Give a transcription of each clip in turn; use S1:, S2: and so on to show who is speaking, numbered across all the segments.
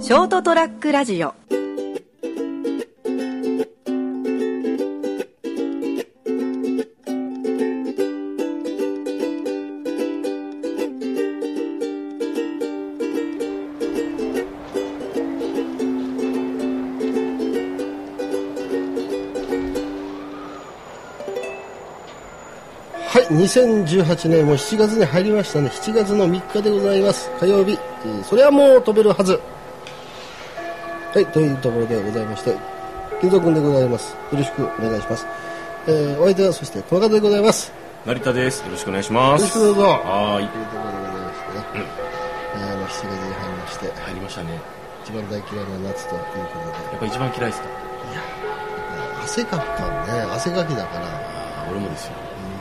S1: ショートトラックラジオ
S2: はい、2018年も7月に入りましたね。7月の3日でございます。火曜日、えーそれはもう飛べるはず。はい、というところでございまして、金蔵君でございます。よろしくお願いします。えーお相手は、そしてこの方でございます。
S3: 成田です。よろしくお願いしま
S2: よろ
S3: す。
S2: しくどうぞ。
S3: はーい
S2: と。いうところでございますね。えーあの、7月に入りまして、
S3: 入りましたね。
S2: 一番大嫌いな夏ということ
S3: や
S2: で、
S3: っぱ一番嫌いですか。
S2: 汗かくからね、汗かきだから、
S3: ああ、俺もですよ。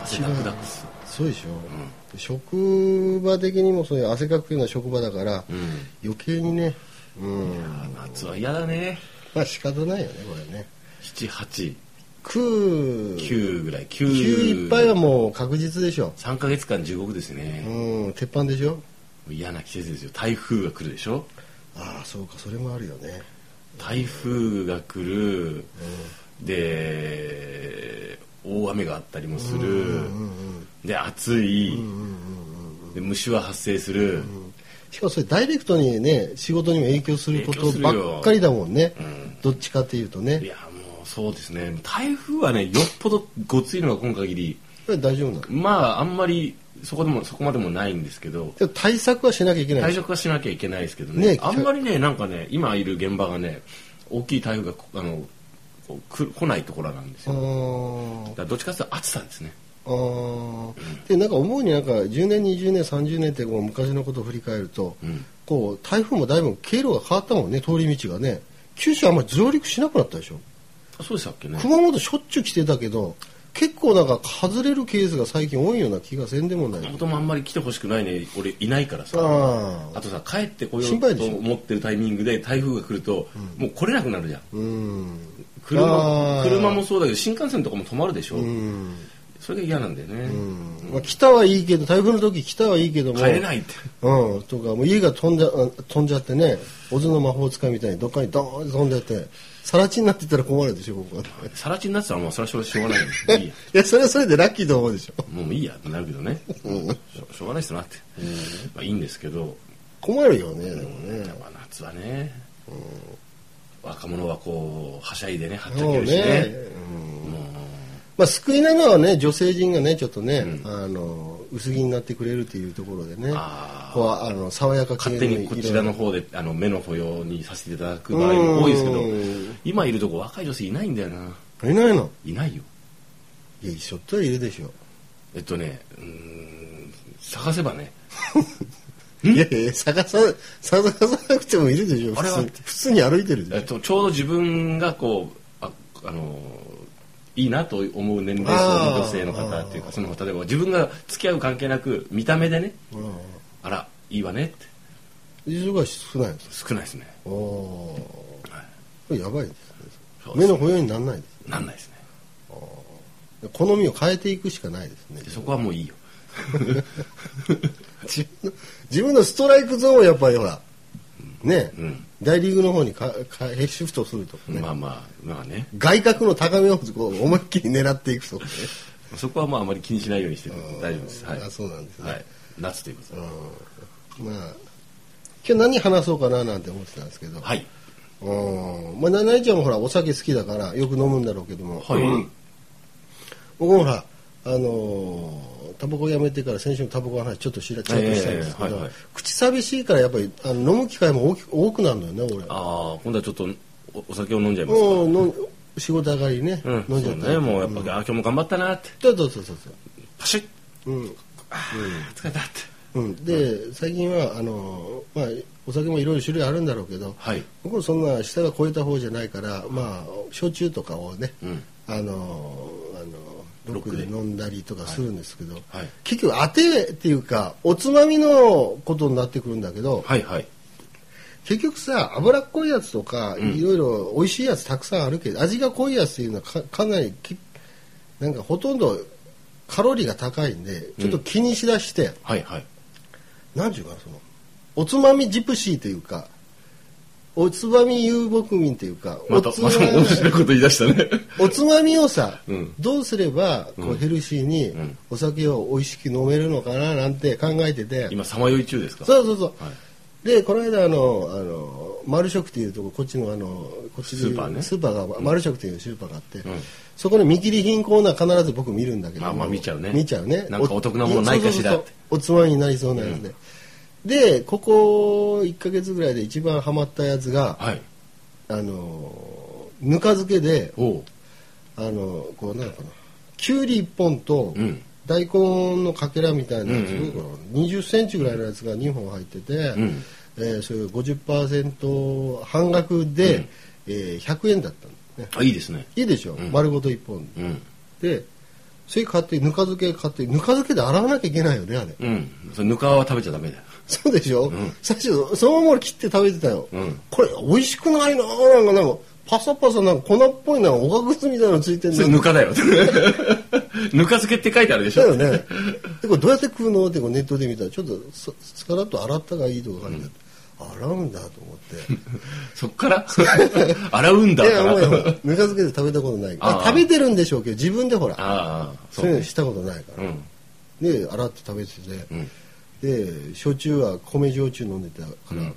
S3: 汗
S2: 一
S3: ダ
S2: 番
S3: クダクっす。
S2: そうでしょ、職場的にもそういう汗かくような職場だから、
S3: うん。
S2: 余計にね、うん、
S3: あー夏は嫌だね。
S2: まあ仕方ないよね、これね。
S3: 七八
S2: 9、9
S3: 九ぐらい。九
S2: いっぱいはもう確実でしょ。
S3: 三ヶ月間地獄です
S2: う
S3: ね。
S2: ん、鉄板でしょ。
S3: 嫌な季節ですよ。台風が来るでしょ。
S2: ああ、そうか、それもあるよね。
S3: 台風が来る。で。大雨があったりもする。で、暑い。で、虫は発生する。
S2: しかもそれダイレクトにね、仕事にも影響すること
S3: 影響するよ
S2: ばっかりだもんね。
S3: うん
S2: どっちかっていうと
S3: い
S2: ね。
S3: やもうそうですね台風はねよっぽどごついのが今限り
S2: これ大丈夫なの。
S3: まああんまりそこでもそこまでもないんですけど
S2: でも対策はしなきゃいけない
S3: 対
S2: でしょ。
S3: 策はしなきゃいけないですけどね
S2: ね
S3: あんまりねなんかね今いる現場がね大きい台風がこあのこう来る来ないところなんです
S2: あ
S3: よだか
S2: ー
S3: らどっちかっていうと暑さですね
S2: あーでなんか思うになんか10年20年30年ってこう昔のことを振り返ると、
S3: うん
S2: こう台風もだいぶ経路が変わったもんね通り道がね九州あんまり上陸しなくなったでしょ
S3: あそうでしたっけね
S2: 熊本しょっちゅう来てたけど結構なんか外れるケースが最近多いような気がせんでもない
S3: 熊本もあんまり来てほしくないね俺いないからさ
S2: ああ
S3: あとさ帰ってこよ
S2: 心
S3: う
S2: 配で
S3: と
S2: しょ
S3: 思ってるタイミングで台風が来ると、もう来れなくなるじゃん
S2: うんあ
S3: 車
S2: ー
S3: 車もそうだけど新幹線とかも止まるでしょ、
S2: うん、
S3: それが嫌なんだよね、
S2: まあ、来たはいいけど台風の時来たはいいけども
S3: 帰れないって
S2: うん、とかもう家が飛んじゃあ飛んじゃってね小津の魔法使いみたいにどっかにドーンと飛んじゃって更地になってたら困るでしょここは
S3: さら地になってたらもうそれはしょうしょうがないよいいや
S2: いやそれはそれでラッキーと思うでしょ
S3: もういいやってなるけどね、しょしょうがないっすなって、まあ、いいんですけど、
S2: 困るよねでもね
S3: やっぱ夏はね、若者はこうはしゃいでねはっちゃ
S2: そ
S3: け
S2: う
S3: るしね
S2: ね、うんまあ、救いなのはね女性陣がねちょっとね、あの薄着になってくれるっていうところでね
S3: あー
S2: こうあの爽やか系
S3: 勝手にこちらの方であの目の保養にさせていただく場合も多いですけど
S2: うん
S3: 今いるとこ若い女性いないんだよない
S2: ないの
S3: いないよ
S2: いや一緒ってはいるでしょ
S3: えっとねうーん探せばね
S2: いやいや探さ探さなくてもいるでしょ
S3: あれは
S2: 普通に普通に歩いてるでしょ
S3: えっと、ちょうど自分がこうああのいいなと思う年齢層の女性の方っていうかその例えば自分が付き合う関係なく見た目でね
S2: う
S3: あらいいわねって
S2: ん人が少ないんですよ
S3: 少ないですね、
S2: おお
S3: は
S2: ーこ
S3: い
S2: れやばいですね
S3: そうで
S2: 目
S3: す
S2: の保養にならないです
S3: なんないですね
S2: ね好みを変えていくしかないですね
S3: でそこはもういいよ
S2: 自分の自分のストライクゾーンをやっぱりほらね、
S3: うん
S2: 大リーグの方にかかヘシフトするとかね、
S3: まあまあまあね
S2: 外角の高めをこう思いっきり狙っていく とかね、
S3: そこはまああまり気にしないようにしてるんで大丈夫ですはい
S2: あそうなんですね
S3: はい、夏ということで
S2: まあ今日何話そうかななんて思ってたんですけど、
S3: はい
S2: うんまあ、ななえちゃんもほらお酒好きだからよく飲むんだろうけども、
S3: はい、
S2: 僕もほらあのータバコやめてから先週のタバコの話ちょっとしらちょっとしたんですけど、
S3: ええはいはい
S2: 口寂しいからやっぱりあの飲む機会も大き多くなるのよね俺
S3: ああ今度はちょっとおお酒を飲んじゃいますか
S2: もうの仕事上がりね、
S3: うん、
S2: 飲んじゃった
S3: そうねもうやっぱ、あ今日も頑張ったなって
S2: そうそうそうそう
S3: パシッ
S2: うん
S3: 疲れたって
S2: うん、で最近はあの、まあ、お酒もいろいろ種類あるんだろうけど、
S3: はい
S2: 僕もそんな舌が超えた方じゃないから、まあ、焼酎とかをね、
S3: うん
S2: あのあのロックで
S3: ロックで
S2: 飲んだりとかするんですけど、
S3: はいはい
S2: 結局当てっていうかおつまみのことになってくるんだけど、
S3: はいはい
S2: 結局さ脂っこいやつとか、いろいろ美味しいやつたくさんあるけど味が濃いやつっていうのはかかなりきなんかほとんどカロリーが高いんでちょっと気にしだして。
S3: はいはい
S2: なんていうかなそのおつまみジプシーというかおつまみ遊牧民というか、
S3: ま
S2: お
S3: た
S2: つ
S3: また面白いこと言い出したね
S2: おつまみをさ、
S3: うん
S2: どうすればこうヘルシーに
S3: ん
S2: お酒を美味しく飲めるのかななんて考えてて、
S3: 今さまよい中ですか
S2: そうそうそう、
S3: はい
S2: でこの間あのあの丸食っていうとここっちのあのこっちでいう
S3: スーパーね
S2: スーパーが丸食っていうスーパーがあって、
S3: ん
S2: そこの見切り品コーナー必ず僕見るんだけど
S3: まあまあ見ちゃうね
S2: 見ちゃうね
S3: なんかお得なものないかしらって
S2: そうそうそうおつまみになりそうなやつで、でここ1か月ぐらいで一番ハマったやつが、
S3: はい
S2: あのぬか漬けで
S3: おう
S2: あのこうなんかなきゅうり1本と、
S3: うん
S2: 大根のかけらみたいなやつ、
S3: うんうん
S2: 2 0ンチぐらいのやつが2本入ってて、
S3: ん
S2: えーそれ50%半額で、えー100円だったの、ね、
S3: あいいですね
S2: いいでしょ、
S3: ん
S2: 丸ごと1本
S3: うん
S2: でそれ買ってぬか漬け買ってぬか漬けで洗わなきゃいけないよねあれ
S3: うんそれぬかは食べちゃダメだよ
S2: そうでしょ、
S3: ん
S2: 最初そのまま切って食べてたよ、
S3: うん
S2: これ美味しくないななんかなんかパサパサなんか粉っぽいなおがくずみたいなのついてん
S3: そ
S2: だ
S3: れぬかだよ ぬか漬けって書いてあるでし
S2: だよ
S3: ょ
S2: ね。でこれどうやって食うのってこうネットで見たらちょっとささらっと洗ったがいいとか書いてある、洗うんだと思って。
S3: そっから 洗うんだ
S2: い
S3: か
S2: や
S3: ら
S2: もうもうぬか漬けで食べたことないから
S3: あ
S2: あ
S3: あ
S2: 食べてるんでしょうけど自分でほら
S3: ああ
S2: そういうのしたことないか
S3: う
S2: ら、
S3: ん
S2: で洗って食べてて、
S3: うん
S2: で焼酎は米焼酎飲んでたか
S3: う
S2: ら、
S3: ん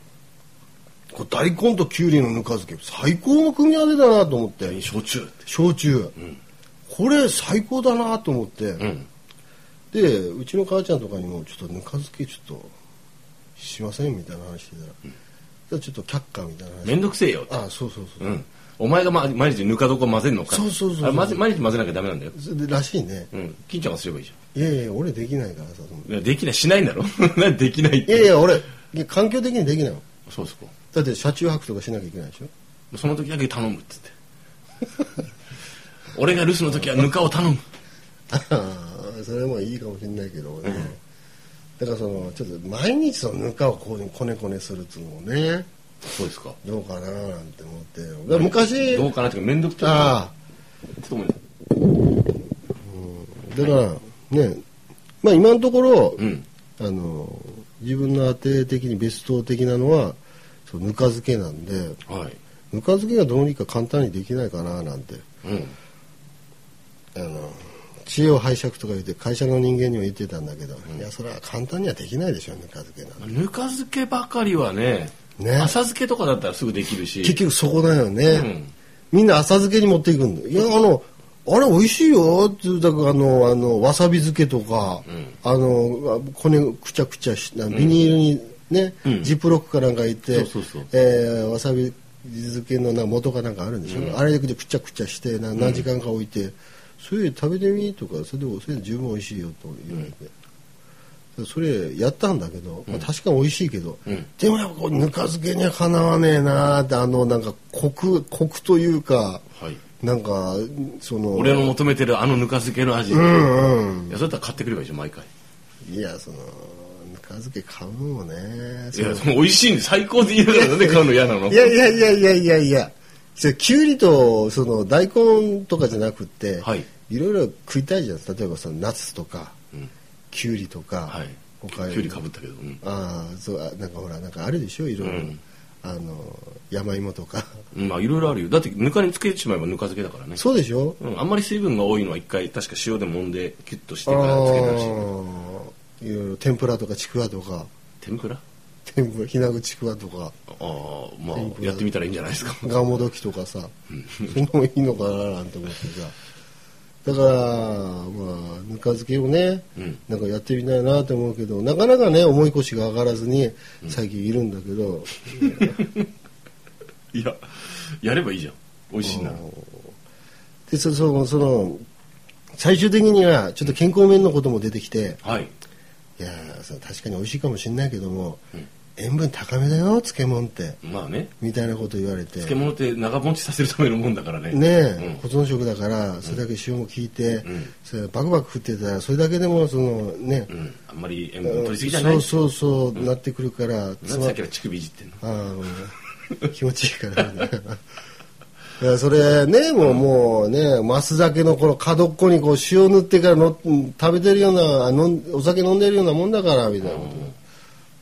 S2: これ大根ときゅうりのぬか漬け最高の組み合わせだなと思って
S3: 焼酎って
S2: 焼酎、これ最高だなと思って、
S3: うん
S2: でうちの母ちゃんとかにも「ちょっとぬか漬けちょっとしません」みたいな話してたら、じゃあちょっと却下みたいな話
S3: めんどくせえよって
S2: ああそうそうそうう、
S3: んお前が、ま、毎日ぬか床混ぜるのか
S2: そうそうそうそう
S3: あれ混ぜ毎日混ぜなきゃダメなんだよ
S2: それでらしいね、
S3: うん金ちゃんがすればいいじ
S2: いやいや俺できないからさその
S3: ゃんいやできないしないんだろ なんでできないっ
S2: い
S3: て
S2: やいや俺いや環境的にできないの
S3: そうですか
S2: だって車中泊とかしなきゃいけないでしょ
S3: その時だけ頼むっつって 俺が留守の時はぬかを頼む
S2: ああそれもいいかもしれないけど俺ね、だからそのちょっと毎日そのぬかをこうこねこねするっつうのもね
S3: そうですか
S2: どうかななんて思ってだから昔
S3: どうかなっていうかめんどくさい
S2: ああ
S3: と思うよ
S2: だから、ね、まあ今のところ、
S3: うん
S2: あの自分の当て的にベスト的なのはそうぬか漬けなんで
S3: はい
S2: ぬか漬けがどうにか簡単にできないかななんて
S3: うん
S2: あの知恵を拝借とか言って会社の人間にも言ってたんだけど、いやそれは簡単にはできないでしょぬか漬けなんて
S3: ぬか漬けばかりはね
S2: ね
S3: 浅漬けとかだったらすぐできるし
S2: 結局そこだよね、
S3: うん
S2: みんな浅漬けに持っていくんだいやあのあれ美味しいよってだからあのあのわさび漬けとか、あのこねくちゃくちゃしビニールにね、
S3: うん
S2: ジップロックかなんか入って、
S3: そうそうそう
S2: えーわさび漬けのな元かなんかあるんでしょ、あれでくちゃくちゃしてな何時間か置いて、それ食べてみとかそれでそれで十分美味しいよと言われて。それやったんだけど、まあ、確かに美味しいけど、
S3: うん
S2: でもやっぱこうぬか漬けにはかなわねえなーってあのなんかコクコクというか
S3: はい
S2: なんかその
S3: 俺の求めてるあのぬか漬けの味、
S2: う
S3: い
S2: んうん
S3: やそれだったら買ってくればいいじゃん毎回
S2: いやそのぬか漬け買うのもね
S3: い
S2: その
S3: やその美味しいんで最高で言いながらなんで買うの嫌なの
S2: いやいやいやいやいやいやそれきゅうりとその大根とかじゃなくって、
S3: はい
S2: ろいろ食いたいじゃん例えばそのナスとか
S3: うん
S2: きゅうりとか、
S3: はい
S2: 他
S3: きゅうりかぶったけど、うん
S2: ああそうあなんかほらなんかあるでしょいろいろ、
S3: うん
S2: あの山芋とか
S3: うんまあいろいろあるよだってぬかにつけてしまえばぬか漬けだからね
S2: そうでしょ
S3: うん、あんまり水分が多いのは一回確か塩で揉んでキュッとして
S2: あ
S3: からつけるらしい
S2: ーいろいろ天ぷらとかちくわとか
S3: 天ぷら
S2: 天ぷらひなぐちくわとか
S3: ああまあ
S2: 天ぷら
S3: やってみたらいいんじゃないですか
S2: がもどきとかさそういうのもいいのかななんて思ってさだからまあぬか漬けをね、
S3: うん
S2: なんかやってみたいなと思うけどなかなかね思い越しが上がらずに最近いるんだけど、
S3: いややればいいじゃん美味しいなら
S2: でそそのその最終的にはちょっと健康面のことも出てきて、
S3: はい
S2: いやーそれ確かに美味しいかもしれないけども、
S3: うん
S2: 塩分高めだよ漬物って
S3: まあね
S2: みたいなこと言われて
S3: 漬物って長持ちさせるためのもんだからね
S2: ねえ、
S3: うん
S2: 保存食だからそれだけ塩も効いて、
S3: ん
S2: それバクバク食ってたらそれだけでもそのね
S3: う、ん、あんまり塩
S2: う
S3: 分取りすぎじゃない
S2: そうそうそう、なってくるから
S3: なんでさっきから乳首いじってんの
S2: あーもう気持ちいいからねいやそれねもう,、もうねマス酒のこの角っこにこう塩塗ってからの食べてるようなあのんお酒飲んでるようなもんだからみたいなこと、あ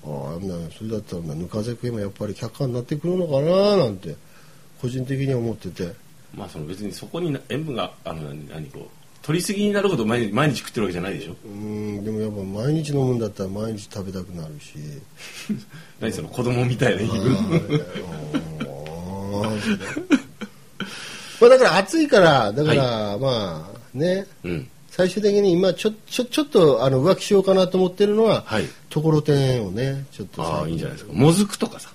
S2: あなそれだったらなぬか漬けもやっぱり客観になってくるのかななんて個人的には思ってて
S3: まあその別にそこにな塩分があの何何こう取りすぎになるほど毎日毎日食ってるわけじゃないでしょ
S2: うんでもやっぱ毎日飲むんだったら毎日食べたくなるし
S3: 何その子供みたいな言い分
S2: あーまあだから暑いからだから、まあね
S3: うん
S2: 最終的に今ちょちょちょっとあの浮気しようかなと思ってるのは、
S3: はい
S2: ところてんをねちょっと
S3: ああいいんじゃないですかもずくとかさ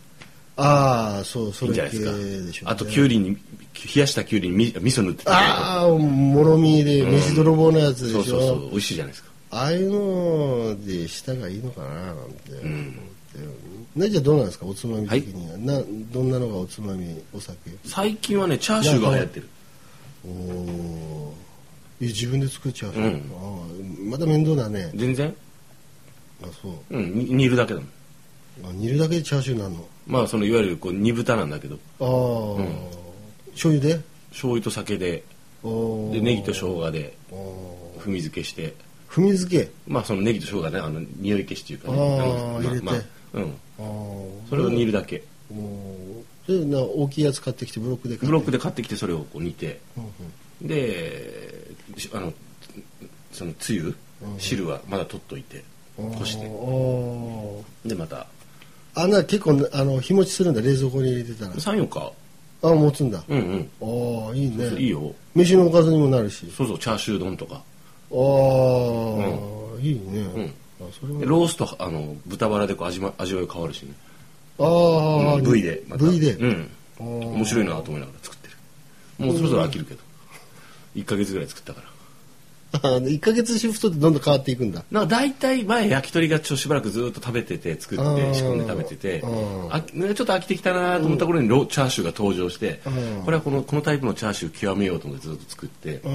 S2: ああそう
S3: い
S2: そ
S3: いんじゃ
S2: れ
S3: ない
S2: 系
S3: ですか
S2: でしょう、ね、
S3: あときゅうりに冷やしたきゅうりにみ味噌塗ってたりとか
S2: ああもろみで水泥棒のやつでし
S3: そ
S2: ょ、
S3: うそうそう美味しいじゃないですか
S2: ああいうのでしたがいいのかななんて思って、ねじゃあどうなんですかおつまみ的には、などんなのがおつまみお酒
S3: 最近はねチャーシューが流行ってる
S2: おーえ自分で作っちゃう、
S3: うん
S2: ああまた面倒だね
S3: 全然
S2: あそう
S3: うんに煮るだけだもん
S2: あ煮るだけでチャーシューになる
S3: まあそのいわゆるこう煮豚なんだけど
S2: のああ、醤油で
S3: 醤油と酒で
S2: おー
S3: でネギと生姜で
S2: あー
S3: 踏み漬けして
S2: 踏み漬け
S3: まあそのネギと生姜ねあの匂い消しっていうかね
S2: あー入れて
S3: まあまあうん
S2: ああ
S3: それを煮るだけ
S2: おーでな大きいやつ買ってきてブロックで買って
S3: ブロックで買ってきてそれをこう煮て
S2: うんうん
S3: でしあのそのつゆ汁はまだ取っといてこして
S2: おー
S3: でまた
S2: あな結構あの日持ちするんだ冷蔵庫に入れてたら
S3: 34日
S2: あ持つんだ、
S3: うんうん
S2: おーいいね
S3: いいよ
S2: 飯のおかずにもなるし
S3: そうそうチャーシュー丼とか
S2: あー、いいね、
S3: ん
S2: あそれは
S3: でロースとあの豚バラでこう味,、ま、味わい変わるしね
S2: ああ、
S3: 部位でまた
S2: 部位で、
S3: うん
S2: あー
S3: 面白いなと思いながら作ってるもうそろそろ飽きるけど1か月ぐらい作ったから
S2: あの1か月シフトってどんどん変わっていくんだ
S3: なんか大体前焼き鳥がちょしばらくずっと食べてて作
S2: あ
S3: っ
S2: ー
S3: て仕込んで食べてて
S2: あー
S3: あきちょっと飽きてきたなと思った頃にローチャーシューが登場して
S2: うん
S3: これはこのこのタイプのチャーシュー極めようと思ってずっと作って
S2: う
S3: ま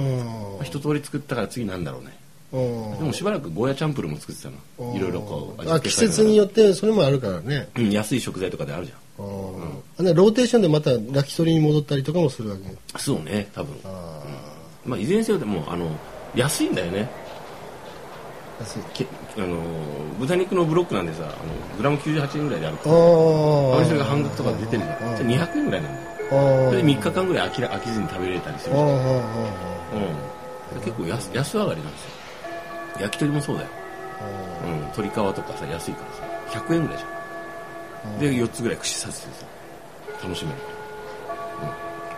S2: ん
S3: あ一通り作ったから次なんだろうね
S2: うん
S3: でもしばらくゴーヤチャンプルーも作ってたのいろいろこう
S2: あ
S3: 付
S2: 季
S3: け
S2: 節
S3: 変え
S2: に
S3: なが
S2: よってそれもあるからね
S3: らうん安い食材とかであるじゃ
S2: あー、あねローテーションでまた焼き鳥に戻ったりとかもするわけ
S3: んそうね多分
S2: ああ
S3: まあいずれにせよでもあの安いんだよね
S2: 安い
S3: けあの豚肉のブロックなんでさあのグラム98円ぐらいである
S2: あ
S3: からあ
S2: あ
S3: れそれが半額とかで出てるじゃんじゃあ200円ぐらいなんだよ
S2: あー
S3: それで3日間ぐらい飽きら飽きずに食べれたりす
S2: あ
S3: る
S2: ー
S3: じゃん、うん、
S2: あーあ
S3: 結構安安上がりなんですよ焼き鳥もそうだよ、
S2: ーあ
S3: うん、鶏皮とかさ安いからさ100円ぐらいじゃんで4つぐらい串刺してさ楽しめる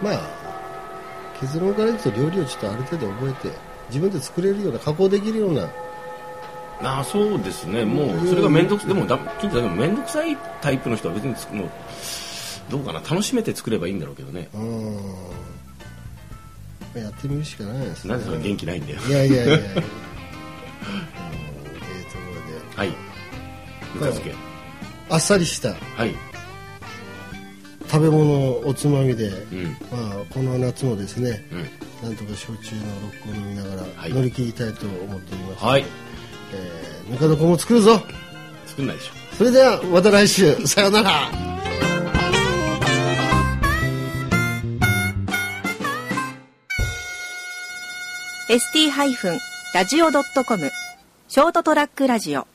S2: ーまあ結論から言うと料理をちょっとある程度覚えて自分で作れるような加工できるような
S3: ああそうですねもうそれが面倒くでもだ近所でも面倒くさいタイプの人は別につもうどうかな楽しめて作ればいいんだろうけどね
S2: うんやってみるしかないですね
S3: なんでそれ元気ないんだよ
S2: いやい やいやいやうんええところで
S3: はいぬか漬け
S2: あっさりした
S3: はい
S2: 食べ物をおつまみで、
S3: うん
S2: まあ、この夏もですね
S3: うん
S2: なんとか焼酎のロックを飲みなが
S3: は
S2: ら
S3: い
S2: 乗り切りたいと思っております、
S3: はい
S2: えーぬか床も作るぞ
S3: 作んないでしょ
S2: それではまた来週さようなら
S1: ST-radio.com ショートトラックラジオ